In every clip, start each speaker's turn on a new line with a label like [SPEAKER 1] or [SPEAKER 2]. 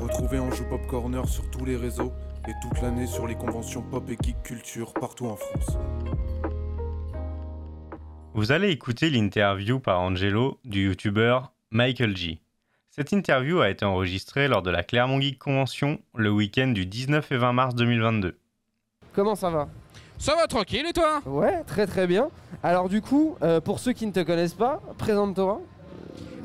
[SPEAKER 1] Retrouvez Anjou Pop Corner sur tous les réseaux et toute l'année sur les conventions pop et geek culture partout en France.
[SPEAKER 2] Vous allez écouter l'interview par Angelo du youtubeur Michael G. Cette interview a été enregistrée lors de la Clermont Geek Convention le week-end du 19 et 20 mars 2022.
[SPEAKER 3] Comment ça va
[SPEAKER 4] Ça va tranquille et toi
[SPEAKER 3] Ouais, très très bien. Alors du coup, euh, pour ceux qui ne te connaissent pas, présente-toi.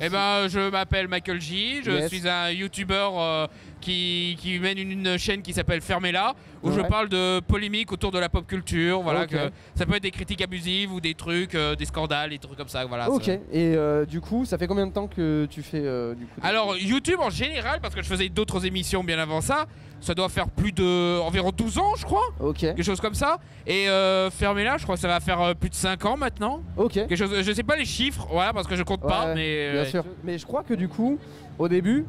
[SPEAKER 4] Eh ben, je m'appelle Michael J. Je
[SPEAKER 3] Yes.
[SPEAKER 4] suis un youtubeur euh, qui, qui mène une, une chaîne qui s'appelle Fermez-la, où je
[SPEAKER 3] Ouais.
[SPEAKER 4] parle de polémiques autour de la pop culture. Voilà,
[SPEAKER 3] Ok.
[SPEAKER 4] que ça peut être des critiques abusives ou des trucs, euh, des scandales, des trucs comme ça. Voilà.
[SPEAKER 3] ok.
[SPEAKER 4] ça-
[SPEAKER 3] Et euh, du coup, ça fait combien de temps que tu fais euh, du coup
[SPEAKER 4] Alors YouTube en général, parce que je faisais d'autres émissions bien avant ça, ça doit faire plus de environ 12 ans, je crois,
[SPEAKER 3] Ok.
[SPEAKER 4] quelque chose comme ça. Et euh, Fermez-la, je crois que ça va faire euh, plus de 5 ans maintenant.
[SPEAKER 3] Ok.
[SPEAKER 4] Quelque chose, je sais pas les chiffres, voilà, parce que je compte pas,
[SPEAKER 3] Ouais,
[SPEAKER 4] mais
[SPEAKER 3] Bien
[SPEAKER 4] euh,
[SPEAKER 3] sûr. Mais je crois que du coup, au début,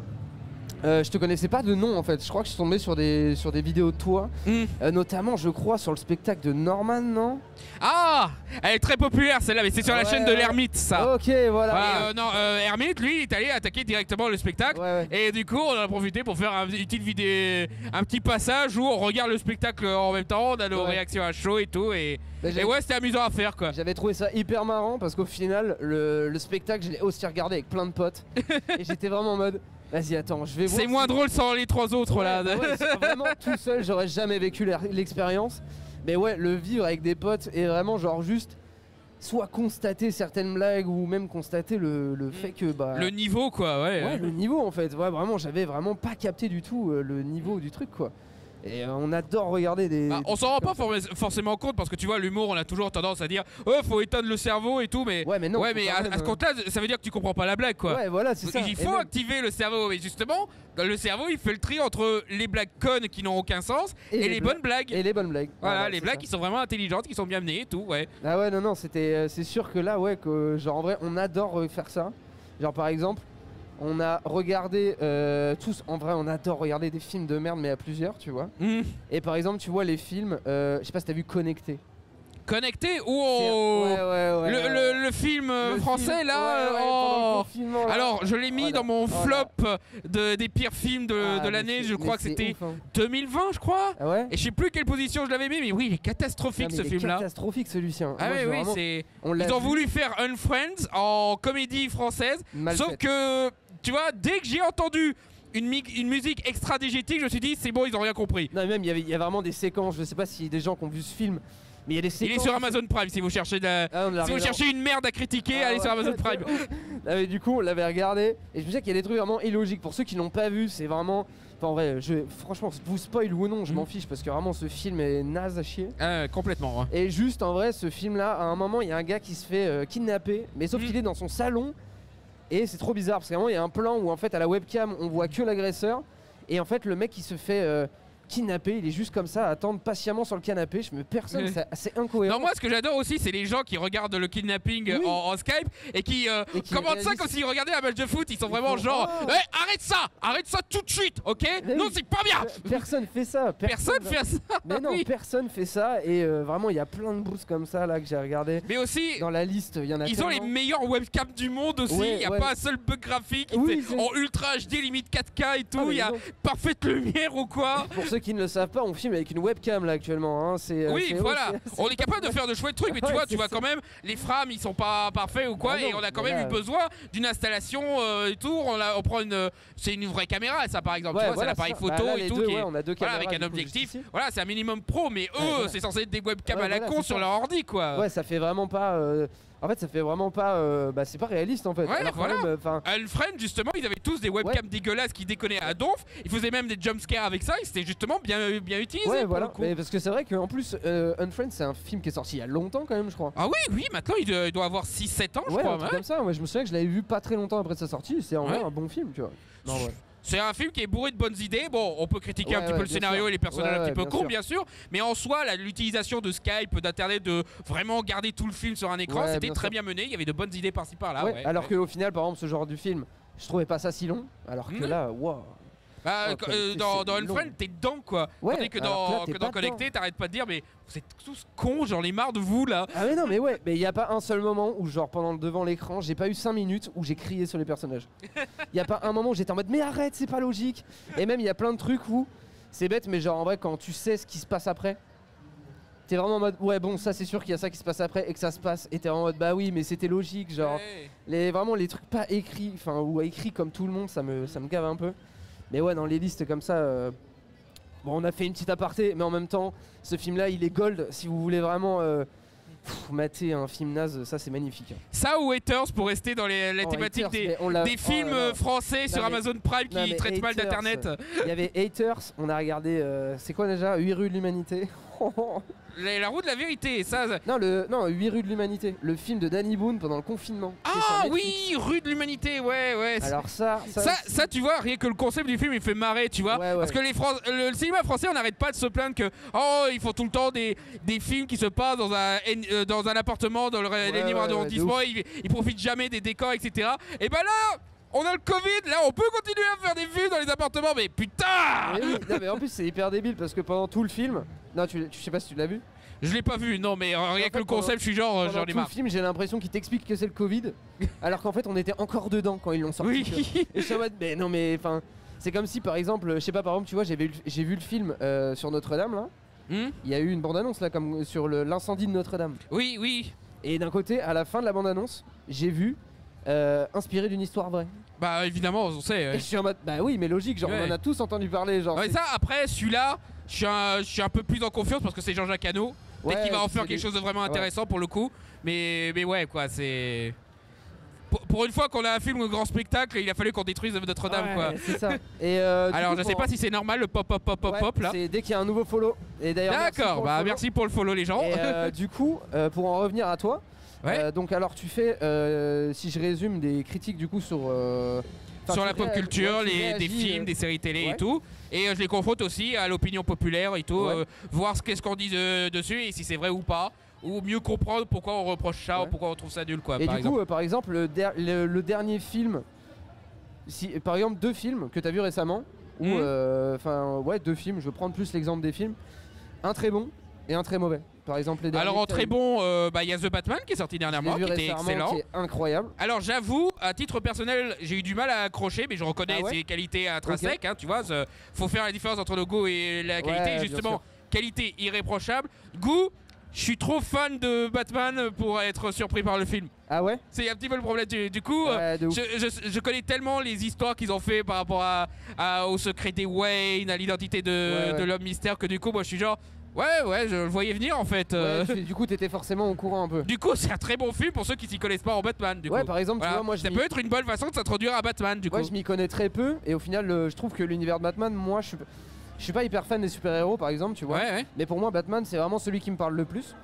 [SPEAKER 3] euh, je te connaissais pas de nom en fait. Je crois que je suis tombé sur des sur des vidéos de toi,
[SPEAKER 4] Hmm.
[SPEAKER 3] Euh, notamment je crois sur le spectacle de Norman, non
[SPEAKER 4] Ah Elle est très populaire celle-là, mais c'est sur la
[SPEAKER 3] Ouais, Oh
[SPEAKER 4] chaîne de
[SPEAKER 3] ouais.
[SPEAKER 4] l'ermite ça.
[SPEAKER 3] Ok, voilà.
[SPEAKER 4] Voilà, euh, non, euh, Hermite, lui, il est allé attaquer directement le spectacle.
[SPEAKER 3] Ouais, ouais.
[SPEAKER 4] Et du coup, on en a profité pour faire un, une petite vidéo, un petit passage où on regarde le spectacle en même temps, on a nos
[SPEAKER 3] Ouais.
[SPEAKER 4] réactions à chaud et tout. Et,
[SPEAKER 3] Bah,
[SPEAKER 4] et
[SPEAKER 3] j'avais-
[SPEAKER 4] ouais, c'était amusant à faire quoi.
[SPEAKER 3] J'avais trouvé ça hyper marrant parce qu'au final, le, le spectacle, je l'ai aussi regardé avec plein de potes. et j'étais vraiment en mode, vas-y, attends, je vais voir.
[SPEAKER 4] C'est
[SPEAKER 3] si-
[SPEAKER 4] moins drôle sans les trois autres
[SPEAKER 3] Ouais,
[SPEAKER 4] là.
[SPEAKER 3] bah ouais, c'est vraiment tout seul, j'aurais jamais vécu la- l'expérience. Mais ouais, le vivre avec des potes et vraiment, genre, juste soit constater certaines blagues ou même constater le, le fait que. Bah,
[SPEAKER 4] Mm. le niveau quoi, ouais.
[SPEAKER 3] ouais, le niveau en fait. Ouais, vraiment, j'avais vraiment pas capté du tout euh, le niveau du truc quoi. Et euh, on adore regarder des.
[SPEAKER 4] Bah, on s'en rend pas for- forcément compte parce que tu vois, l'humour, on a toujours tendance à dire Oh, faut éteindre le cerveau et tout, mais.
[SPEAKER 3] Ouais, mais non.
[SPEAKER 4] ouais,
[SPEAKER 3] faut
[SPEAKER 4] mais
[SPEAKER 3] quand
[SPEAKER 4] à,
[SPEAKER 3] même,
[SPEAKER 4] à ce
[SPEAKER 3] euh,
[SPEAKER 4] compte-là, ça veut dire que tu comprends pas la blague quoi.
[SPEAKER 3] Ouais, voilà, c'est ça.
[SPEAKER 4] Il
[SPEAKER 3] Et
[SPEAKER 4] faut
[SPEAKER 3] même-
[SPEAKER 4] activer le cerveau, mais justement, dans le cerveau, il fait le tri entre les blagues connes qui n'ont aucun sens et, les,
[SPEAKER 3] bla-
[SPEAKER 4] bonnes blagues.
[SPEAKER 3] Et les bonnes blagues.
[SPEAKER 4] voilà, les
[SPEAKER 3] c'est
[SPEAKER 4] blagues
[SPEAKER 3] ça.
[SPEAKER 4] qui sont vraiment intelligentes, qui sont bien menées et tout, ouais.
[SPEAKER 3] Ah ouais, non, non, c'était. euh, c'est sûr que là, ouais, que, genre en vrai, on adore euh, faire ça. Genre par exemple, on a regardé euh, tous, en vrai, on adore regarder des films de merde, mais à plusieurs, tu vois.
[SPEAKER 4] Hmm.
[SPEAKER 3] Et par exemple, tu vois les films, euh, je sais pas si t'as vu Connecté.
[SPEAKER 4] Connecté ou
[SPEAKER 3] C'est-
[SPEAKER 4] au-
[SPEAKER 3] ouais, ouais, ouais,
[SPEAKER 4] Oh. le,
[SPEAKER 3] ouais.
[SPEAKER 4] le- le film euh,
[SPEAKER 3] Le
[SPEAKER 4] français
[SPEAKER 3] film-
[SPEAKER 4] là
[SPEAKER 3] ouais, ouais,
[SPEAKER 4] euh,
[SPEAKER 3] pendant le
[SPEAKER 4] oh.
[SPEAKER 3] confinement, là.
[SPEAKER 4] Alors, je l'ai mis
[SPEAKER 3] Oh là,
[SPEAKER 4] dans mon
[SPEAKER 3] oh là.
[SPEAKER 4] flop de, des pires films de,
[SPEAKER 3] Ah,
[SPEAKER 4] de
[SPEAKER 3] mais
[SPEAKER 4] l'année,
[SPEAKER 3] c'est-
[SPEAKER 4] je
[SPEAKER 3] mais
[SPEAKER 4] crois que
[SPEAKER 3] c'est
[SPEAKER 4] c'était
[SPEAKER 3] ouf, hein.
[SPEAKER 4] 2020, je crois.
[SPEAKER 3] Ah ouais
[SPEAKER 4] Et je sais plus quelle position je l'avais mis, mais oui, il est catastrophique
[SPEAKER 3] Non, mais
[SPEAKER 4] ce
[SPEAKER 3] il est
[SPEAKER 4] film-là.
[SPEAKER 3] catastrophique celui-ci. hein.
[SPEAKER 4] Ah
[SPEAKER 3] Moi,
[SPEAKER 4] oui,
[SPEAKER 3] je-
[SPEAKER 4] oui,
[SPEAKER 3] vraiment,
[SPEAKER 4] c'est.
[SPEAKER 3] on l'a
[SPEAKER 4] Ils ont
[SPEAKER 3] vu
[SPEAKER 4] voulu faire Unfriends en comédie française.
[SPEAKER 3] mal
[SPEAKER 4] Sauf
[SPEAKER 3] fait.
[SPEAKER 4] que, tu vois, dès que j'ai entendu une, mi- une musique extra-digétique, je me suis dit, c'est bon, ils ont rien compris.
[SPEAKER 3] Non, mais même, il y avait- il y a vraiment des séquences. Je sais pas si des gens qui ont vu ce film, mais il y a des
[SPEAKER 4] Il
[SPEAKER 3] séquences.
[SPEAKER 4] est sur Amazon Prime si vous cherchez de la-
[SPEAKER 3] Ah, on l'a
[SPEAKER 4] Si
[SPEAKER 3] regardé
[SPEAKER 4] vous
[SPEAKER 3] en-
[SPEAKER 4] cherchez une merde à critiquer,
[SPEAKER 3] Ah
[SPEAKER 4] allez
[SPEAKER 3] ouais.
[SPEAKER 4] sur Amazon Prime.
[SPEAKER 3] Ah, mais du coup, on l'avait regardé et je me disais qu'il y a des trucs vraiment illogiques. Pour ceux qui l'ont pas vu, c'est vraiment. Enfin, en vrai, je... franchement, vous spoil ou non, je
[SPEAKER 4] Mm.
[SPEAKER 3] m'en fiche parce que vraiment ce film est naze à chier.
[SPEAKER 4] Euh, complètement. hein.
[SPEAKER 3] Et juste en vrai, ce film là, à un moment, il y a un gars qui se fait euh, kidnapper, mais sauf
[SPEAKER 4] Mm.
[SPEAKER 3] qu'il est dans son salon et c'est trop bizarre parce qu'à un moment, il y a un plan où en fait, à la webcam, on voit que l'agresseur et en fait, le mec qui se fait. euh, kidnapper, il est juste comme ça à attendre patiemment sur le canapé, je me personne,
[SPEAKER 4] Oui.
[SPEAKER 3] c'est c'est incohérent.
[SPEAKER 4] Non, moi, ce que j'adore aussi, c'est les gens qui regardent le kidnapping euh,
[SPEAKER 3] Oui.
[SPEAKER 4] en, en Skype et qui, euh,
[SPEAKER 3] Et qui
[SPEAKER 4] commentent ça
[SPEAKER 3] réagissent.
[SPEAKER 4] comme s'ils regardaient un match de foot. Ils sont vraiment
[SPEAKER 3] font,
[SPEAKER 4] genre,
[SPEAKER 3] oh.
[SPEAKER 4] Hey, arrête ça, arrête ça tout de suite, ok
[SPEAKER 3] Mais
[SPEAKER 4] Non,
[SPEAKER 3] oui.
[SPEAKER 4] c'est pas bien.
[SPEAKER 3] Pe- Personne fait ça.
[SPEAKER 4] Personne fait ça.
[SPEAKER 3] Mais non,
[SPEAKER 4] Ah Oui.
[SPEAKER 3] personne fait ça et euh, vraiment il y a plein de boosts comme ça là que j'ai regardé.
[SPEAKER 4] Mais aussi,
[SPEAKER 3] Dans la liste, il y en a
[SPEAKER 4] Ils ont les
[SPEAKER 3] Bah, tellement.
[SPEAKER 4] meilleurs webcams du monde aussi, il
[SPEAKER 3] Ouais,
[SPEAKER 4] n'y a
[SPEAKER 3] ouais.
[SPEAKER 4] pas un seul bug graphique,
[SPEAKER 3] Oui,
[SPEAKER 4] c'est
[SPEAKER 3] c'est-
[SPEAKER 4] en ultra HD limite 4K et tout,
[SPEAKER 3] Ah, mais
[SPEAKER 4] il y a
[SPEAKER 3] ils ont-
[SPEAKER 4] parfaite lumière ou quoi.
[SPEAKER 3] Pour ceux qui ne le savent pas, on filme avec une webcam là actuellement. hein, c'est, euh,
[SPEAKER 4] Oui,
[SPEAKER 3] c'est-
[SPEAKER 4] voilà,
[SPEAKER 3] c'est- c'est-
[SPEAKER 4] on est capable de faire de chouettes trucs, mais tu
[SPEAKER 3] Ouais,
[SPEAKER 4] vois, tu
[SPEAKER 3] c'est
[SPEAKER 4] vois
[SPEAKER 3] ça.
[SPEAKER 4] quand même, les frames ils sont pas parfaits ou quoi,
[SPEAKER 3] Ah non,
[SPEAKER 4] et on a quand
[SPEAKER 3] mais
[SPEAKER 4] même
[SPEAKER 3] là-
[SPEAKER 4] eu besoin d'une installation euh, et tout. On, la- on prend une. euh, C'est une vraie caméra, ça par exemple,
[SPEAKER 3] Ouais,
[SPEAKER 4] tu vois,
[SPEAKER 3] voilà,
[SPEAKER 4] c'est l'appareil
[SPEAKER 3] ça.
[SPEAKER 4] photo
[SPEAKER 3] Bah, là,
[SPEAKER 4] et
[SPEAKER 3] les
[SPEAKER 4] tout,
[SPEAKER 3] deux,
[SPEAKER 4] qui est-
[SPEAKER 3] ouais, on a deux
[SPEAKER 4] voilà,
[SPEAKER 3] caméras,
[SPEAKER 4] avec un
[SPEAKER 3] du coup,
[SPEAKER 4] objectif.
[SPEAKER 3] jusqu'ici.
[SPEAKER 4] voilà, c'est un minimum pro, mais eux,
[SPEAKER 3] voilà.
[SPEAKER 4] c'est censé être des webcams
[SPEAKER 3] Ouais,
[SPEAKER 4] à la
[SPEAKER 3] voilà,
[SPEAKER 4] con
[SPEAKER 3] c'est
[SPEAKER 4] sur
[SPEAKER 3] ça.
[SPEAKER 4] leur ordi quoi.
[SPEAKER 3] Ouais, ça fait vraiment pas. euh, En fait, ça fait vraiment pas. euh, Bah, c'est pas réaliste en fait.
[SPEAKER 4] Ouais,
[SPEAKER 3] Alors, quand
[SPEAKER 4] voilà.
[SPEAKER 3] même, euh, 'fin,
[SPEAKER 4] Unfriend, justement, ils avaient tous des webcams dégueulasses qui déconnaient à donf. Ils faisaient même des jumpscares avec ça. Et c'était justement bien, euh, bien utilisé.
[SPEAKER 3] ouais,
[SPEAKER 4] pour
[SPEAKER 3] voilà.
[SPEAKER 4] le coup.
[SPEAKER 3] Mais parce que c'est vrai qu'en plus, euh, Unfriend, c'est un film qui est sorti il y a longtemps quand même, je crois.
[SPEAKER 4] Ah oui, oui, maintenant il doit, il doit avoir 6-7 ans, je
[SPEAKER 3] ouais,
[SPEAKER 4] crois.
[SPEAKER 3] un truc
[SPEAKER 4] hein.
[SPEAKER 3] comme ça. Moi, je me souviens que je l'avais vu pas très longtemps après sa sortie. C'est en vrai
[SPEAKER 4] Ouais.
[SPEAKER 3] un bon film, tu vois. Non, ouais.
[SPEAKER 4] C'est un film qui est bourré de bonnes idées. Bon, on peut critiquer un
[SPEAKER 3] Ouais,
[SPEAKER 4] petit
[SPEAKER 3] ouais,
[SPEAKER 4] peu le
[SPEAKER 3] bien
[SPEAKER 4] scénario
[SPEAKER 3] sûr.
[SPEAKER 4] et les personnages
[SPEAKER 3] Ouais,
[SPEAKER 4] un petit
[SPEAKER 3] ouais, bien
[SPEAKER 4] peu cons,
[SPEAKER 3] sûr.
[SPEAKER 4] bien sûr. Mais en soi, la- l'utilisation de Skype, d'internet, de vraiment garder tout le film sur un écran,
[SPEAKER 3] Ouais,
[SPEAKER 4] c'était
[SPEAKER 3] bien
[SPEAKER 4] très
[SPEAKER 3] sûr.
[SPEAKER 4] bien mené. Il y avait de bonnes idées par-ci par-là.
[SPEAKER 3] Ouais,
[SPEAKER 4] Ah, ouais,
[SPEAKER 3] alors
[SPEAKER 4] ouais.
[SPEAKER 3] que au final, par exemple, ce genre du film, je trouvais pas ça si long. Alors que
[SPEAKER 4] Mhm.
[SPEAKER 3] là, waouh.
[SPEAKER 4] Ah,
[SPEAKER 3] Oh,
[SPEAKER 4] quand-
[SPEAKER 3] Connecté,
[SPEAKER 4] euh, dans
[SPEAKER 3] c'est
[SPEAKER 4] dans
[SPEAKER 3] long.
[SPEAKER 4] Unfriend, t'es dedans quoi.
[SPEAKER 3] Ouais,
[SPEAKER 4] Tandis que
[SPEAKER 3] alors que là,
[SPEAKER 4] dans,
[SPEAKER 3] t'es
[SPEAKER 4] que dans
[SPEAKER 3] pas
[SPEAKER 4] Connecté, t'arrêtes pas de dire, mais vous êtes tous cons, j'en ai marre de vous là.
[SPEAKER 3] Ah mais non mais ouais, mais il n'y a pas un seul moment où genre pendant le devant l'écran, j'ai pas eu 5 minutes où j'ai crié sur les personnages. Il n'y a pas un moment où j'étais en mode mais arrête, c'est pas logique. Et même il y a plein de trucs où c'est bête mais genre en vrai quand tu sais ce qui se passe après, t'es vraiment en mode ouais bon ça c'est sûr qu'il y a ça qui se passe après et que ça se passe et t'es en mode bah oui mais c'était logique genre
[SPEAKER 4] Ouais.
[SPEAKER 3] les vraiment les trucs pas écrits enfin ou écrits comme tout le monde ça me ça me gave un peu. Mais ouais dans les listes comme ça euh, bon on a fait une petite aparté mais en même temps ce film là il est gold si vous voulez vraiment euh, pff, mater un film naze ça c'est magnifique. hein.
[SPEAKER 4] Ça ou Haters pour rester dans les, la
[SPEAKER 3] Oh,
[SPEAKER 4] thématique
[SPEAKER 3] Haters,
[SPEAKER 4] des,
[SPEAKER 3] mais on l'a-
[SPEAKER 4] des
[SPEAKER 3] oh
[SPEAKER 4] films
[SPEAKER 3] là là.
[SPEAKER 4] euh, français sur
[SPEAKER 3] mais-
[SPEAKER 4] Amazon Prime
[SPEAKER 3] non, mais
[SPEAKER 4] qui traitent mal
[SPEAKER 3] haters,
[SPEAKER 4] d'internet.
[SPEAKER 3] Il y avait Haters, on a regardé euh, c'est quoi déjà 8 rues de l'humanité. non
[SPEAKER 4] La, la roue de la vérité, ça. ça-
[SPEAKER 3] le non 8 rues de l'humanité, le film de Danny Boone pendant le confinement. qui est sur
[SPEAKER 4] Ah
[SPEAKER 3] Netflix.
[SPEAKER 4] oui, rue de l'humanité, ouais, ouais. c'est-
[SPEAKER 3] Alors ça ça,
[SPEAKER 4] Ça, ça, tu vois, rien que le concept du film, il fait marrer, tu vois.
[SPEAKER 3] Ouais, ouais.
[SPEAKER 4] Parce que les Fran- le, le cinéma français, on n'arrête pas de se plaindre que, oh, ils font tout le temps des, des films qui se passent dans un, euh, dans un appartement, dans le dernier
[SPEAKER 3] ouais, ouais, de
[SPEAKER 4] arrondissement, ils, ils profitent jamais des décors, etc. Et ben là, on a le Covid, là, on peut continuer à faire des vues dans les appartements, mais putain
[SPEAKER 3] Mais oui, non, mais en plus c'est hyper débile parce que pendant tout le film, non tu, tu sais pas si tu l'as vu.
[SPEAKER 4] Je l'ai pas vu, non, mais euh, rien
[SPEAKER 3] fait,
[SPEAKER 4] que le
[SPEAKER 3] pendant-
[SPEAKER 4] concept, je suis genre, euh,
[SPEAKER 3] Pendant
[SPEAKER 4] j'en ai
[SPEAKER 3] tout le
[SPEAKER 4] marre.
[SPEAKER 3] film, j'ai l'impression qu'il t'explique que c'est le Covid, alors qu'en fait on était encore dedans quand ils l'ont sorti. tu vois.
[SPEAKER 4] Oui,
[SPEAKER 3] Et je suis en mode, mais non, mais enfin, c'est comme si par exemple, je sais pas, par exemple, tu vois, j'avais eu le- j'ai vu le film euh, sur Notre-Dame là.
[SPEAKER 4] Hmm
[SPEAKER 3] Il y a eu une bande-annonce là, comme sur le- l'incendie de Notre-Dame.
[SPEAKER 4] oui, oui.
[SPEAKER 3] Et d'un côté, à la fin de la bande-annonce, j'ai vu euh, inspiré d'une histoire vraie.
[SPEAKER 4] Bah évidemment, on sait.
[SPEAKER 3] Et
[SPEAKER 4] ouais.
[SPEAKER 3] je suis en mode, bah oui, mais logique, genre
[SPEAKER 4] Ouais.
[SPEAKER 3] on en a tous entendu parler, genre.
[SPEAKER 4] Ouais,
[SPEAKER 3] c'est-
[SPEAKER 4] ça, après, celui-là, je suis un, je suis un peu plus en confiance parce que c'est Jean-Jacques Hano. Dès
[SPEAKER 3] ouais,
[SPEAKER 4] qu'il va en
[SPEAKER 3] c'est
[SPEAKER 4] faire
[SPEAKER 3] des-
[SPEAKER 4] quelque chose de vraiment intéressant pour le coup. Mais, mais ouais, quoi, c'est. Pour, pour une fois qu'on a un film au grand spectacle, il a fallu qu'on détruise Notre-Dame,
[SPEAKER 3] Ouais,
[SPEAKER 4] quoi.
[SPEAKER 3] C'est ça. Et euh, du
[SPEAKER 4] Alors,
[SPEAKER 3] coup,
[SPEAKER 4] je sais
[SPEAKER 3] pour-
[SPEAKER 4] pas si c'est normal le pop, pop, pop, pop,
[SPEAKER 3] Ouais,
[SPEAKER 4] pop là.
[SPEAKER 3] C'est dès qu'il y a un nouveau follow. Et d'ailleurs. merci pour
[SPEAKER 4] D'accord,
[SPEAKER 3] le
[SPEAKER 4] bah
[SPEAKER 3] follow.
[SPEAKER 4] merci pour le follow, les gens.
[SPEAKER 3] Et euh, du coup, euh, pour en revenir à toi,
[SPEAKER 4] Oh. Ouais.
[SPEAKER 3] euh, donc alors tu fais, euh, si je résume, des critiques du coup sur. euh, enfin,
[SPEAKER 4] sur
[SPEAKER 3] tu
[SPEAKER 4] la pop
[SPEAKER 3] réa-
[SPEAKER 4] culture,
[SPEAKER 3] ouais, tu
[SPEAKER 4] les, des
[SPEAKER 3] réagis,
[SPEAKER 4] films,
[SPEAKER 3] euh,
[SPEAKER 4] des séries télé
[SPEAKER 3] ouais.
[SPEAKER 4] et tout. Et euh, je les confronte aussi à l'opinion populaire et tout,
[SPEAKER 3] Ouais.
[SPEAKER 4] euh, voir ce qu'est-ce qu'on dit de- dessus et si c'est vrai ou pas, ou mieux comprendre pourquoi on reproche ça
[SPEAKER 3] Ouais.
[SPEAKER 4] ou pourquoi on trouve ça nul, quoi.
[SPEAKER 3] Et
[SPEAKER 4] par
[SPEAKER 3] du
[SPEAKER 4] exemple.
[SPEAKER 3] coup, euh, par exemple, le, der- le- le dernier film, si, par exemple deux films que tu as vu récemment, ou
[SPEAKER 4] Mhm.
[SPEAKER 3] euh, enfin ouais deux films, je veux prendre plus l'exemple des films, un très bon et un très mauvais. Par exemple les derniers.
[SPEAKER 4] Alors en
[SPEAKER 3] que t'as
[SPEAKER 4] très
[SPEAKER 3] eu.
[SPEAKER 4] bon, euh, bah, il y a The Batman qui est sorti
[SPEAKER 3] Je l'ai
[SPEAKER 4] dernièrement,
[SPEAKER 3] vu
[SPEAKER 4] qui était
[SPEAKER 3] récemment,
[SPEAKER 4] excellent.
[SPEAKER 3] qui est incroyable.
[SPEAKER 4] Alors j'avoue, à titre personnel, j'ai eu du mal à accrocher, mais je reconnais
[SPEAKER 3] Ah ouais
[SPEAKER 4] ses qualités intrinsèques. hein, tu vois, ce- faut faire la différence entre le goût et la qualité.
[SPEAKER 3] bien sûr.
[SPEAKER 4] Justement, qualité irréprochable. Goût, je suis trop fan de Batman pour être surpris par le film.
[SPEAKER 3] Ah ouais.
[SPEAKER 4] C'est un petit peu le problème. Du, du coup, euh,
[SPEAKER 3] Ouais, de ouf.
[SPEAKER 4] je, je- je connais tellement les histoires qu'ils ont fait par rapport à, à- au secret des Wayne, à l'identité de,
[SPEAKER 3] Ouais, ouais.
[SPEAKER 4] de l'homme mystère, que du coup, moi, je suis genre, ouais, ouais, je le voyais venir en fait. euh.
[SPEAKER 3] Ouais, tu- du coup, t'étais forcément au courant un peu.
[SPEAKER 4] Du coup, c'est un très bon film pour ceux qui s'y connaissent pas en Batman. Du
[SPEAKER 3] ouais,
[SPEAKER 4] coup.
[SPEAKER 3] par exemple,
[SPEAKER 4] Voilà.
[SPEAKER 3] tu vois, moi, je
[SPEAKER 4] ça
[SPEAKER 3] m'y-
[SPEAKER 4] peut être une bonne façon de s'introduire à Batman du
[SPEAKER 3] Ouais,
[SPEAKER 4] coup.
[SPEAKER 3] je m'y connais très peu et au final, euh, je trouve que l'univers de Batman, moi, je suis, je suis pas hyper fan des super-héros par exemple, tu vois.
[SPEAKER 4] ouais, ouais.
[SPEAKER 3] Mais pour moi, Batman, c'est vraiment celui qui me parle le plus.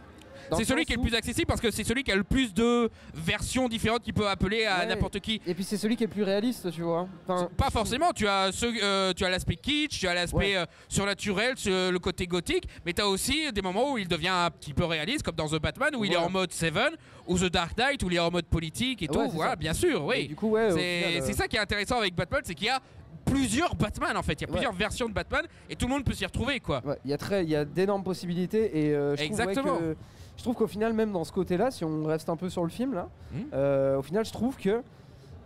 [SPEAKER 3] Dans
[SPEAKER 4] C'est
[SPEAKER 3] le
[SPEAKER 4] celui
[SPEAKER 3] sens
[SPEAKER 4] qui est le
[SPEAKER 3] où-
[SPEAKER 4] plus accessible parce que c'est celui qui a le plus de versions différentes qu'il peut appeler à
[SPEAKER 3] Ouais.
[SPEAKER 4] n'importe qui.
[SPEAKER 3] Et puis c'est celui qui est le plus réaliste, tu vois. Enfin,
[SPEAKER 4] Pas forcément, tu as, ce, euh, tu as l'aspect kitsch, tu as l'aspect
[SPEAKER 3] Ouais.
[SPEAKER 4] euh, surnaturel, ce- le côté gothique, mais tu as aussi des moments où il devient un petit peu réaliste, comme dans The Batman, où il est
[SPEAKER 3] Voilà.
[SPEAKER 4] en mode Seven, ou The Dark Knight, où il est en mode politique et
[SPEAKER 3] Ah Ouais,
[SPEAKER 4] tout.
[SPEAKER 3] c'est
[SPEAKER 4] Voilà,
[SPEAKER 3] ça.
[SPEAKER 4] bien sûr,
[SPEAKER 3] et
[SPEAKER 4] oui.
[SPEAKER 3] Du coup, ouais. au
[SPEAKER 4] C'est
[SPEAKER 3] final, euh,
[SPEAKER 4] c'est ça qui est intéressant avec Batman, c'est qu'il y a plusieurs Batman en fait, il y a
[SPEAKER 3] Ouais.
[SPEAKER 4] plusieurs versions de Batman et tout le monde peut s'y retrouver quoi.
[SPEAKER 3] ouais, Il y a très, il y a d'énormes possibilités et euh, je trouve ouais,
[SPEAKER 4] Exactement.
[SPEAKER 3] que- je trouve qu'au final, même dans ce côté-là, si on reste un peu sur le film là,
[SPEAKER 4] Mhm.
[SPEAKER 3] euh, au final, je trouve que.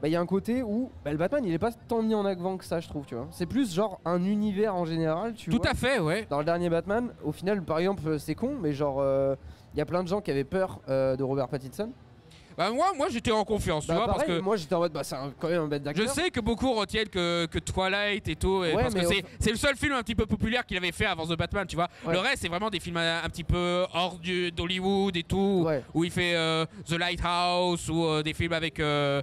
[SPEAKER 3] bah, Il y a un côté où bah, le Batman il est pas tant mis en avant que ça, je trouve, tu vois. C'est plus genre un univers en général, tu
[SPEAKER 4] Tout
[SPEAKER 3] vois.
[SPEAKER 4] à fait, ouais.
[SPEAKER 3] Dans le dernier Batman, au final, par exemple, euh, c'est con, mais genre, il y a plein de gens qui avaient peur euh, de Robert Pattinson.
[SPEAKER 4] Bah, moi, moi j'étais en confiance,
[SPEAKER 3] Bah,
[SPEAKER 4] tu vois,
[SPEAKER 3] pareil,
[SPEAKER 4] parce que
[SPEAKER 3] moi j'étais en mode, bah, c'est un- quand même un bête d'acteur.
[SPEAKER 4] Je sais que beaucoup retiennent que, que Twilight et tout, et
[SPEAKER 3] Ouais,
[SPEAKER 4] parce que
[SPEAKER 3] mais au
[SPEAKER 4] c'est, c'est le seul film un petit peu populaire qu'il avait fait avant The Batman, tu vois.
[SPEAKER 3] Ouais.
[SPEAKER 4] Le reste, c'est vraiment des films euh, un, petit peu hors du, d'Hollywood et tout,
[SPEAKER 3] Ouais.
[SPEAKER 4] où il fait euh, The Lighthouse ou euh, des films avec. euh,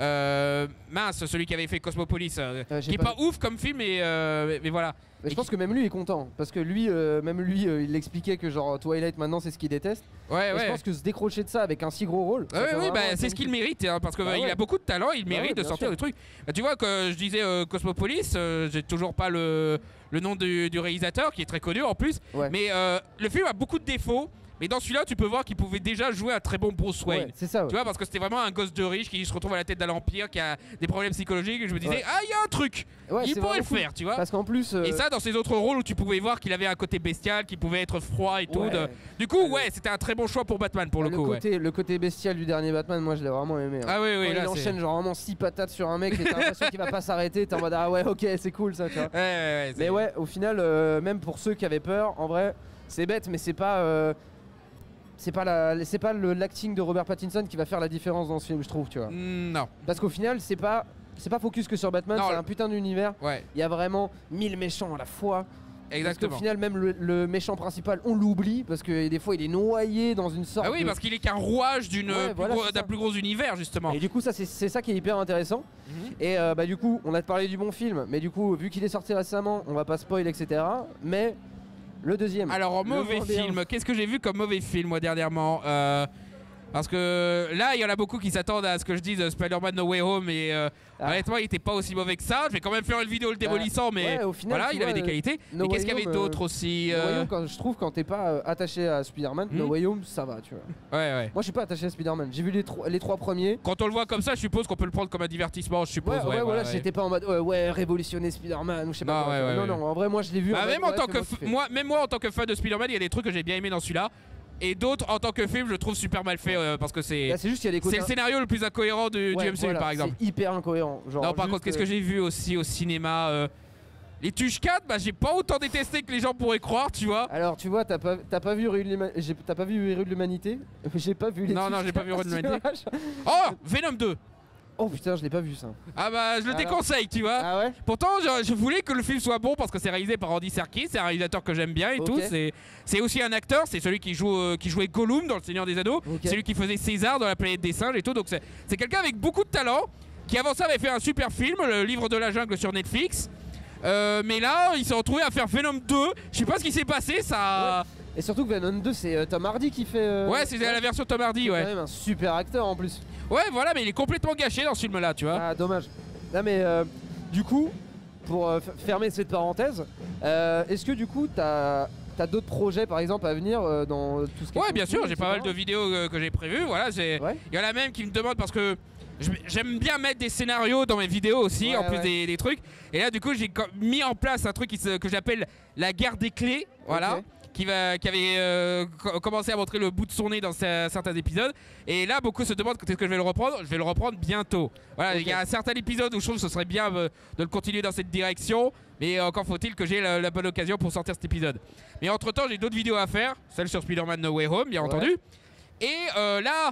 [SPEAKER 4] euh, mince, celui qui avait fait Cosmopolis, euh,
[SPEAKER 3] Euh, j'ai
[SPEAKER 4] qui est
[SPEAKER 3] pas
[SPEAKER 4] pas ouf comme film, mais, euh, mais, mais voilà.
[SPEAKER 3] Mais je pense que même lui est content, parce que lui, euh, même lui, euh, il expliquait que genre Twilight maintenant c'est ce qu'il déteste. Et
[SPEAKER 4] Ouais, Eh ouais.
[SPEAKER 3] Euh, Je pense que se décrocher de ça avec un si gros rôle. ça
[SPEAKER 4] Ouais,
[SPEAKER 3] peut
[SPEAKER 4] ouais,
[SPEAKER 3] vraiment
[SPEAKER 4] bah,
[SPEAKER 3] être
[SPEAKER 4] c'est ce qu'il
[SPEAKER 3] magnifique.
[SPEAKER 4] mérite, hein, parce qu'il
[SPEAKER 3] Bah ouais.
[SPEAKER 4] a beaucoup de talent, il
[SPEAKER 3] Bah ouais,
[SPEAKER 4] mérite de
[SPEAKER 3] bien
[SPEAKER 4] sortir
[SPEAKER 3] sûr.
[SPEAKER 4] le truc. Bah, tu vois, que je disais euh, Cosmopolis, euh, j'ai toujours pas le, le nom du, du réalisateur, qui est très connu en plus,
[SPEAKER 3] Ouais.
[SPEAKER 4] mais euh, le film a beaucoup de défauts. Mais dans celui-là, tu peux voir qu'il pouvait déjà jouer un très bon Bruce Wayne.
[SPEAKER 3] Ouais, c'est ça. ouais.
[SPEAKER 4] Tu vois, parce que c'était vraiment un gosse de riche qui se retrouve à la tête d'un empire, qui a des problèmes psychologiques. Et je me disais,
[SPEAKER 3] Ouais.
[SPEAKER 4] ah, il y a un truc
[SPEAKER 3] Ouais,
[SPEAKER 4] Il
[SPEAKER 3] c'est
[SPEAKER 4] pourrait le
[SPEAKER 3] vraiment cool.
[SPEAKER 4] faire, tu vois.
[SPEAKER 3] Parce qu'en plus. euh,
[SPEAKER 4] Et ça, dans ses autres rôles où tu pouvais voir qu'il avait un côté bestial, qui pouvait être froid et tout.
[SPEAKER 3] ouais, Ah,
[SPEAKER 4] de- Du coup,
[SPEAKER 3] le-
[SPEAKER 4] ouais, c'était un très bon choix pour Batman pour le, coup. ouais.
[SPEAKER 3] côté, le côté bestial du dernier Batman, moi je l'ai vraiment aimé. hein.
[SPEAKER 4] Ah oui, oui,
[SPEAKER 3] Quand
[SPEAKER 4] là,
[SPEAKER 3] il
[SPEAKER 4] c'est-
[SPEAKER 3] enchaîne genre vraiment 6 patates sur un mec et t'as l'impression qu'il va pas s'arrêter, t'es en mode ah ouais ok c'est cool ça tu vois.
[SPEAKER 4] Ouais, ouais, ouais, c'est-
[SPEAKER 3] Mais ouais au final euh, même pour ceux qui avaient peur en vrai c'est bête mais c'est pas euh, c'est pas la c'est pas le- l'acting de Robert Pattinson qui va faire la différence dans ce film je trouve tu vois.
[SPEAKER 4] Mm, Non,
[SPEAKER 3] Parce qu'au final c'est pas c'est pas focus que sur Batman
[SPEAKER 4] Non,
[SPEAKER 3] c'est
[SPEAKER 4] le-
[SPEAKER 3] un putain d'univers.
[SPEAKER 4] ouais,
[SPEAKER 3] Il y a vraiment 1000 méchants à la fois. Parce qu'au
[SPEAKER 4] exactement.
[SPEAKER 3] final même le, le méchant principal on l'oublie parce que des fois il est noyé dans une sorte
[SPEAKER 4] Ah oui,
[SPEAKER 3] de
[SPEAKER 4] parce qu'il est qu'un rouage d'une
[SPEAKER 3] Ouais,
[SPEAKER 4] plus
[SPEAKER 3] voilà,
[SPEAKER 4] gros-
[SPEAKER 3] c'est
[SPEAKER 4] d'un
[SPEAKER 3] ça.
[SPEAKER 4] plus gros univers, justement.
[SPEAKER 3] Et du coup, ça, c'est- c'est ça qui est hyper intéressant.
[SPEAKER 4] Mhm.
[SPEAKER 3] Et euh, bah, du coup, on a parlé du bon film, mais du coup, vu qu'il est sorti récemment, on va pas spoil, etc. Mais le deuxième.
[SPEAKER 4] Alors, en
[SPEAKER 3] Le
[SPEAKER 4] mauvais
[SPEAKER 3] Vendéen.
[SPEAKER 4] film, qu'est-ce que j'ai vu comme mauvais film, moi, dernièrement Euh, Parce que là, il y en a beaucoup qui s'attendent à ce que je dise euh, Spider-Man No Way Home, et euh,
[SPEAKER 3] Ah. Bah,
[SPEAKER 4] honnêtement, il était pas aussi mauvais que ça. Je vais quand même faire une vidéo le démolissant, mais
[SPEAKER 3] ouais, au final,
[SPEAKER 4] voilà,
[SPEAKER 3] tu
[SPEAKER 4] il avait
[SPEAKER 3] vois,
[SPEAKER 4] des
[SPEAKER 3] euh,
[SPEAKER 4] qualités.
[SPEAKER 3] No
[SPEAKER 4] et qu'est-ce
[SPEAKER 3] Way
[SPEAKER 4] qu'il y avait
[SPEAKER 3] Home,
[SPEAKER 4] d'autre aussi
[SPEAKER 3] No Way
[SPEAKER 4] euh,
[SPEAKER 3] Home, quand, je trouve quand t'es pas euh, attaché à Spider-Man,
[SPEAKER 4] Mhm.
[SPEAKER 3] No Way Home, ça va, tu vois.
[SPEAKER 4] Ouais, ouais.
[SPEAKER 3] Moi, je suis pas attaché à Spider-Man. J'ai vu les, trois- les trois premiers.
[SPEAKER 4] Quand on le voit comme ça, je suppose qu'on peut le prendre comme un divertissement, je suppose.
[SPEAKER 3] Ouais,
[SPEAKER 4] Ouais,
[SPEAKER 3] ouais,
[SPEAKER 4] ouais,
[SPEAKER 3] voilà,
[SPEAKER 4] ouais.
[SPEAKER 3] j'étais pas en mode ouais, ouais, révolutionner Spider-Man ou je sais
[SPEAKER 4] Non,
[SPEAKER 3] pas. quoi,
[SPEAKER 4] ouais,
[SPEAKER 3] tu vois.
[SPEAKER 4] ouais,
[SPEAKER 3] non,
[SPEAKER 4] ouais.
[SPEAKER 3] non, en vrai, moi, je l'ai vu.
[SPEAKER 4] Bah,
[SPEAKER 3] en
[SPEAKER 4] même,
[SPEAKER 3] mode,
[SPEAKER 4] en
[SPEAKER 3] ouais,
[SPEAKER 4] tant que
[SPEAKER 3] fais-moi
[SPEAKER 4] f-
[SPEAKER 3] kiffer.
[SPEAKER 4] moi, même moi, en tant que fan de Spider-Man, il y a des trucs que j'ai bien aimé dans celui-là. Et d'autres, en tant que film, je le trouve super mal fait euh, parce que c'est
[SPEAKER 3] Là, Bah, c'est juste qu'il y a des
[SPEAKER 4] c'est
[SPEAKER 3] côtés.
[SPEAKER 4] le scénario le plus incohérent du, du
[SPEAKER 3] hein. Ouais,
[SPEAKER 4] MCU,
[SPEAKER 3] voilà,
[SPEAKER 4] par exemple.
[SPEAKER 3] C'est hyper incohérent. Genre,
[SPEAKER 4] Non, par
[SPEAKER 3] juste,
[SPEAKER 4] contre, qu'est-ce que
[SPEAKER 3] euh,
[SPEAKER 4] j'ai vu aussi au cinéma euh, Les Tuches 4, bah, j'ai pas autant détesté que les gens pourraient croire, tu vois.
[SPEAKER 3] Alors tu vois, t'as pas, t'as pas vu Rue de l'Huma- j'ai- t'as pas vu Rue de l'Humanité J'ai pas vu les
[SPEAKER 4] Non, non,
[SPEAKER 3] Tuches
[SPEAKER 4] j'ai pas vu Rue de
[SPEAKER 3] Cartes,
[SPEAKER 4] l'Humanité.
[SPEAKER 3] tu vois.
[SPEAKER 4] Oh, Venom 2
[SPEAKER 3] Oh putain, je l'ai pas vu ça.
[SPEAKER 4] Ah bah, je le
[SPEAKER 3] Alors.
[SPEAKER 4] déconseille, tu vois.
[SPEAKER 3] Ah ouais
[SPEAKER 4] Pourtant, je, je voulais que le film soit bon parce que c'est réalisé par Andy Serkis, c'est un réalisateur que j'aime bien et
[SPEAKER 3] Ok.
[SPEAKER 4] tout. C'est, c'est aussi un acteur, c'est celui qui, joue, euh, qui jouait Gollum dans Le Seigneur des Anneaux,
[SPEAKER 3] Ok.
[SPEAKER 4] c'est celui qui faisait César dans La planète des singes et tout. Donc, c'est, c'est quelqu'un avec beaucoup de talent qui, avant ça, avait fait un super film, Le livre de la jungle sur Netflix. Euh, mais là, ils se sont retrouvés à faire Venom 2. Je sais pas ce qui s'est passé, ça.
[SPEAKER 3] Et surtout que Venom 2, c'est euh, Tom Hardy qui fait. euh,
[SPEAKER 4] Ouais, c'est la version Tom
[SPEAKER 3] qui
[SPEAKER 4] Hardy,
[SPEAKER 3] est
[SPEAKER 4] ouais.
[SPEAKER 3] quand même un super acteur en plus.
[SPEAKER 4] Ouais, voilà, mais il est complètement gâché dans ce film-là, tu vois.
[SPEAKER 3] Ah, dommage. Non, mais euh, du coup, pour euh, f- fermer cette parenthèse, euh, est-ce que du coup, t'as as, d'autres projets par exemple à venir euh, dans tout ce qui est
[SPEAKER 4] Ouais, bien
[SPEAKER 3] contenu,
[SPEAKER 4] sûr, j'ai pas mal de
[SPEAKER 3] etc.
[SPEAKER 4] vidéos euh, que j'ai prévues. Voilà, c'est.
[SPEAKER 3] Ouais.
[SPEAKER 4] Il y en a même qui me demandent parce que je- j'aime bien mettre des scénarios dans mes vidéos aussi,
[SPEAKER 3] Ouais,
[SPEAKER 4] en plus
[SPEAKER 3] ouais.
[SPEAKER 4] des, des trucs. Et là, du coup, j'ai co- mis en place un truc qui se- que j'appelle la guerre des clés. Voilà.
[SPEAKER 3] Ok.
[SPEAKER 4] Qui, va, qui avait euh, co- commencé à montrer le bout de son nez dans ce- certains épisodes. Et là, beaucoup se demandent quand est-ce que je vais le reprendre. Je vais le reprendre bientôt. Voilà,
[SPEAKER 3] Ok.
[SPEAKER 4] il y a certains épisodes où je trouve que ce serait bien euh, de le continuer dans cette direction. Mais encore faut-il que j'ai la, la bonne occasion pour sortir cet épisode. Mais entre-temps, j'ai d'autres vidéos à faire. Celle sur Spider-Man No Way Home, bien
[SPEAKER 3] Ouais.
[SPEAKER 4] entendu. Et euh, là,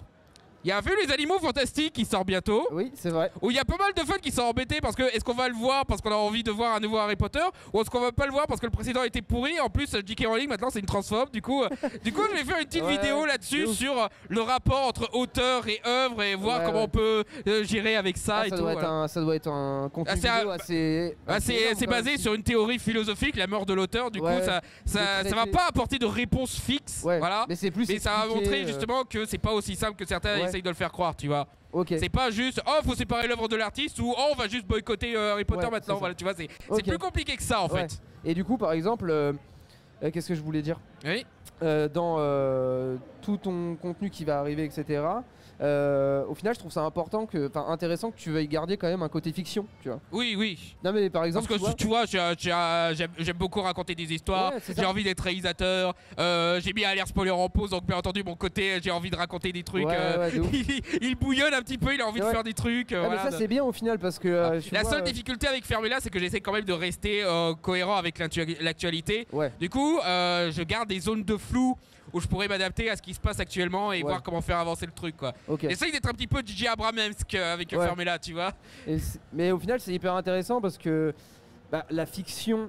[SPEAKER 4] il y a un film Les Animaux Fantastiques qui sort bientôt.
[SPEAKER 3] Oui, c'est vrai.
[SPEAKER 4] Où il y a pas mal de fans qui sont embêtés parce que est-ce qu'on va le voir parce qu'on a envie de voir un nouveau Harry Potter ou est-ce qu'on va pas le voir parce que le précédent était pourri en plus J.K. Rowling maintenant c'est une transphobe du coup euh, du coup je vais faire une petite
[SPEAKER 3] Ouais,
[SPEAKER 4] vidéo
[SPEAKER 3] ouais,
[SPEAKER 4] là-dessus
[SPEAKER 3] de ouf.
[SPEAKER 4] sur euh, le rapport entre auteur et œuvre et voir
[SPEAKER 3] Ouais,
[SPEAKER 4] comment
[SPEAKER 3] ouais.
[SPEAKER 4] on peut euh, gérer avec ça
[SPEAKER 3] Ah,
[SPEAKER 4] et
[SPEAKER 3] ça,
[SPEAKER 4] tout
[SPEAKER 3] doit
[SPEAKER 4] voilà.
[SPEAKER 3] être un, ça doit être un contenu
[SPEAKER 4] Ah, c'est un-
[SPEAKER 3] vidéo assez.
[SPEAKER 4] Bah,
[SPEAKER 3] assez
[SPEAKER 4] c'est
[SPEAKER 3] énorme,
[SPEAKER 4] c'est
[SPEAKER 3] quand même,
[SPEAKER 4] basé
[SPEAKER 3] si-
[SPEAKER 4] sur une théorie philosophique, la mort de l'auteur, du
[SPEAKER 3] Ouais,
[SPEAKER 4] coup ça, ça,
[SPEAKER 3] le
[SPEAKER 4] ça va
[SPEAKER 3] traité.
[SPEAKER 4] pas apporter de réponse fixe,
[SPEAKER 3] Ouais,
[SPEAKER 4] voilà. Mais,
[SPEAKER 3] Mais c'est plus.
[SPEAKER 4] ça va
[SPEAKER 3] expliqué,
[SPEAKER 4] montrer
[SPEAKER 3] euh,
[SPEAKER 4] justement que c'est pas aussi simple que certains
[SPEAKER 3] ouais.
[SPEAKER 4] essayent de le faire croire, tu vois.
[SPEAKER 3] Ok.
[SPEAKER 4] C'est pas juste oh faut séparer l'œuvre de l'artiste ou oh on va juste boycotter euh, Harry Potter
[SPEAKER 3] Ouais, c'est
[SPEAKER 4] maintenant,
[SPEAKER 3] ça.
[SPEAKER 4] voilà, tu vois, c'est c'est
[SPEAKER 3] Ok.
[SPEAKER 4] plus compliqué que ça en
[SPEAKER 3] Ouais.
[SPEAKER 4] fait.
[SPEAKER 3] Et du coup, par exemple, euh, euh, qu'est-ce que je voulais dire
[SPEAKER 4] Oui.
[SPEAKER 3] Euh, Dans euh, tout ton contenu qui va arriver, etc. euh, au final, je trouve ça important que, enfin, intéressant que tu veuilles garder quand même un côté fiction, tu vois.
[SPEAKER 4] Oui, oui.
[SPEAKER 3] Non mais par exemple,
[SPEAKER 4] Parce que
[SPEAKER 3] tu vois,
[SPEAKER 4] tu vois, j'ai- j'ai- j'aime j'aime beaucoup raconter des histoires,
[SPEAKER 3] Ouais, c'est ça.
[SPEAKER 4] j'ai envie d'être réalisateur, euh, j'ai mis l'air spoiler en pause, donc bien entendu, mon côté, j'ai envie de raconter des trucs.
[SPEAKER 3] Ouais,
[SPEAKER 4] euh,
[SPEAKER 3] ouais, de ouf.
[SPEAKER 4] il, il bouillonne un petit peu, il a envie de
[SPEAKER 3] Ouais.
[SPEAKER 4] faire des trucs. euh,
[SPEAKER 3] Ah, mais ça
[SPEAKER 4] voilà, de-
[SPEAKER 3] c'est bien au final parce que euh, tu
[SPEAKER 4] Ah. La
[SPEAKER 3] vois,
[SPEAKER 4] seule
[SPEAKER 3] euh,
[SPEAKER 4] difficulté avec Fermula, c'est que j'essaie quand même de rester euh, cohérent avec l'actu- l'actualité.
[SPEAKER 3] Ouais.
[SPEAKER 4] Du coup, euh, je garde des zones de flou où je pourrais m'adapter à ce qui se passe actuellement et
[SPEAKER 3] Ouais.
[SPEAKER 4] voir comment faire avancer le truc. Quoi.
[SPEAKER 3] Ok.
[SPEAKER 4] J'essaye d'être un petit peu DJ Abramesque euh, avec
[SPEAKER 3] Ouais.
[SPEAKER 4] Fermula, tu vois.
[SPEAKER 3] Et c'est- mais au final, c'est hyper intéressant parce que bah, la fiction,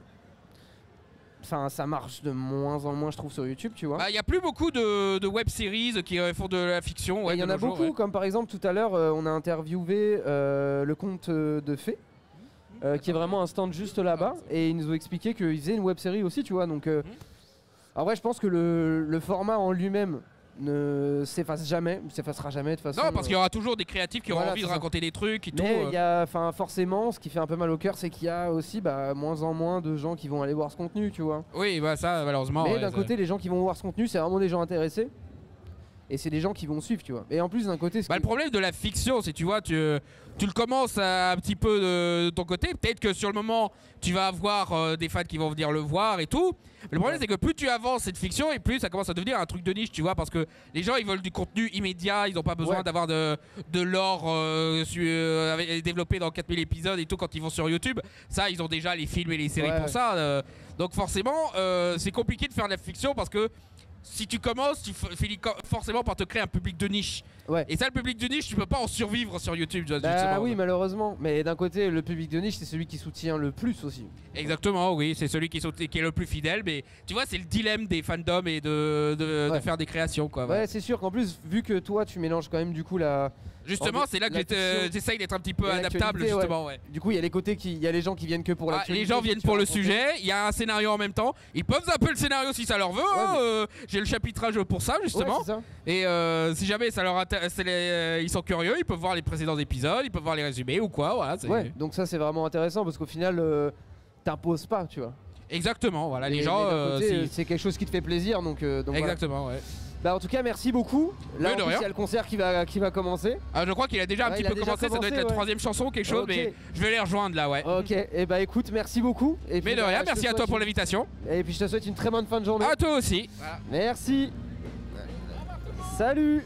[SPEAKER 3] enfin, ça marche de moins en moins, je trouve, sur YouTube, tu vois.
[SPEAKER 4] Bah, Il n'y a plus beaucoup de, de web-series qui euh, font de la fiction.
[SPEAKER 3] Et
[SPEAKER 4] ouais,
[SPEAKER 3] Il y
[SPEAKER 4] de
[SPEAKER 3] en a
[SPEAKER 4] nos jours,
[SPEAKER 3] beaucoup,
[SPEAKER 4] ouais.
[SPEAKER 3] comme par exemple tout à l'heure, euh, on a interviewé euh, le conte euh, de fées, euh, qui est vraiment un stand juste là-bas, et ils nous ont expliqué qu'ils faisaient une web série aussi, tu vois. Donc, euh,
[SPEAKER 4] Mhm.
[SPEAKER 3] en vrai, je pense que le, le format en lui-même ne s'efface jamais, ne s'effacera jamais de toute façon. euh,
[SPEAKER 4] Non, parce qu'il y aura toujours des créatifs qui auront
[SPEAKER 3] voilà,
[SPEAKER 4] envie de
[SPEAKER 3] c'est ça.
[SPEAKER 4] raconter des trucs et tout.
[SPEAKER 3] Mais
[SPEAKER 4] euh.
[SPEAKER 3] il y a, enfin, forcément, ce qui fait un peu mal au cœur, c'est qu'il y a aussi bah, moins en moins de gens qui vont aller voir ce contenu, tu vois.
[SPEAKER 4] Oui, bah ça, malheureusement.
[SPEAKER 3] Mais
[SPEAKER 4] ouais,
[SPEAKER 3] d'un
[SPEAKER 4] ça-
[SPEAKER 3] côté, les gens qui vont voir ce contenu, c'est vraiment des gens intéressés. Et c'est des gens qui vont suivre, tu vois. Et en plus, d'un côté, ce
[SPEAKER 4] Bah, le
[SPEAKER 3] qui-
[SPEAKER 4] problème de la fiction, c'est tu vois, tu, tu le commences à- un petit peu de, de ton côté. Peut-être que sur le moment, tu vas avoir euh, des fans qui vont venir le voir et tout. Mais le problème, c'est que plus tu avances cette fiction, et plus ça commence à devenir un truc de niche, tu vois, parce que les gens, ils veulent du contenu immédiat, ils n'ont pas besoin
[SPEAKER 3] Ouais.
[SPEAKER 4] d'avoir de, de euh, l'or développé dans 4000 épisodes et tout quand ils vont sur YouTube. Ça, ils ont déjà les films et les séries
[SPEAKER 3] Ouais,
[SPEAKER 4] pour
[SPEAKER 3] ouais.
[SPEAKER 4] ça. euh. donc forcément, euh, c'est compliqué de faire de la fiction parce que si tu commences, tu f- finis co- forcément par te créer un public de niche.
[SPEAKER 3] Ouais.
[SPEAKER 4] Et ça, le public de niche, tu peux pas en survivre sur YouTube. tu vois,
[SPEAKER 3] Bah
[SPEAKER 4] justement.
[SPEAKER 3] oui, malheureusement. Mais d'un côté, le public de niche, c'est celui qui soutient le plus aussi.
[SPEAKER 4] Exactement, oui, c'est celui qui, saute- qui est le plus fidèle. Mais tu vois, c'est le dilemme des fandoms et de, de, de
[SPEAKER 3] Ouais.
[SPEAKER 4] faire des créations. Quoi,
[SPEAKER 3] Ouais,
[SPEAKER 4] voilà.
[SPEAKER 3] c'est sûr qu'en plus, vu que toi, tu mélanges quand même du coup la.
[SPEAKER 4] Justement,
[SPEAKER 3] En-
[SPEAKER 4] c'est là que
[SPEAKER 3] la
[SPEAKER 4] j'étais-
[SPEAKER 3] fiction
[SPEAKER 4] j'essaye d'être un petit peu
[SPEAKER 3] et
[SPEAKER 4] adaptable,
[SPEAKER 3] l'actualité, ouais.
[SPEAKER 4] justement. ouais.
[SPEAKER 3] Du coup, il y a les côtés qui. Il y a les gens qui viennent que pour
[SPEAKER 4] Ah,
[SPEAKER 3] l'actualité.
[SPEAKER 4] les gens viennent
[SPEAKER 3] tu euh,
[SPEAKER 4] pour
[SPEAKER 3] vas
[SPEAKER 4] le
[SPEAKER 3] rencontrer.
[SPEAKER 4] sujet, il y a un scénario en même temps. Ils peuvent un peu le scénario si ça leur veut. hein,
[SPEAKER 3] mais-
[SPEAKER 4] euh, J'ai le chapitrage pour ça,
[SPEAKER 3] Ouais,
[SPEAKER 4] justement.
[SPEAKER 3] c'est ça.
[SPEAKER 4] Et euh, si jamais ça leur intéresse, c'est les- euh, ils sont curieux, ils peuvent voir les précédents épisodes, ils peuvent voir les résumés ou quoi. Voilà, c'est-
[SPEAKER 3] Ouais, donc ça c'est vraiment intéressant parce qu'au final, euh, t'imposes pas, tu vois.
[SPEAKER 4] Exactement, voilà, les
[SPEAKER 3] Et-
[SPEAKER 4] gens.
[SPEAKER 3] mais d'un
[SPEAKER 4] euh,
[SPEAKER 3] côté, euh,
[SPEAKER 4] si-
[SPEAKER 3] c'est quelque chose qui te fait plaisir, donc. euh, donc voilà.
[SPEAKER 4] Exactement, ouais.
[SPEAKER 3] Bah en tout cas, merci beaucoup. Là,
[SPEAKER 4] Mais
[SPEAKER 3] en
[SPEAKER 4] de
[SPEAKER 3] plus,
[SPEAKER 4] rien.
[SPEAKER 3] il y a le concert qui va qui va commencer.
[SPEAKER 4] Ah, je crois qu'il a déjà un
[SPEAKER 3] Ouais,
[SPEAKER 4] petit
[SPEAKER 3] il a
[SPEAKER 4] peu
[SPEAKER 3] déjà
[SPEAKER 4] commencé, ça doit
[SPEAKER 3] commencé,
[SPEAKER 4] être la
[SPEAKER 3] ouais.
[SPEAKER 4] troisième chanson, quelque chose,
[SPEAKER 3] Ok.
[SPEAKER 4] mais je vais les rejoindre là, ouais.
[SPEAKER 3] Ok. Et bah écoute, merci beaucoup. Et
[SPEAKER 4] mais
[SPEAKER 3] puis,
[SPEAKER 4] de
[SPEAKER 3] bah,
[SPEAKER 4] rien,
[SPEAKER 3] je te
[SPEAKER 4] merci à toi
[SPEAKER 3] souhaite
[SPEAKER 4] pour
[SPEAKER 3] une-
[SPEAKER 4] l'invitation.
[SPEAKER 3] Et puis je te souhaite une très bonne fin de journée.
[SPEAKER 4] À toi aussi.
[SPEAKER 3] Merci. Salut.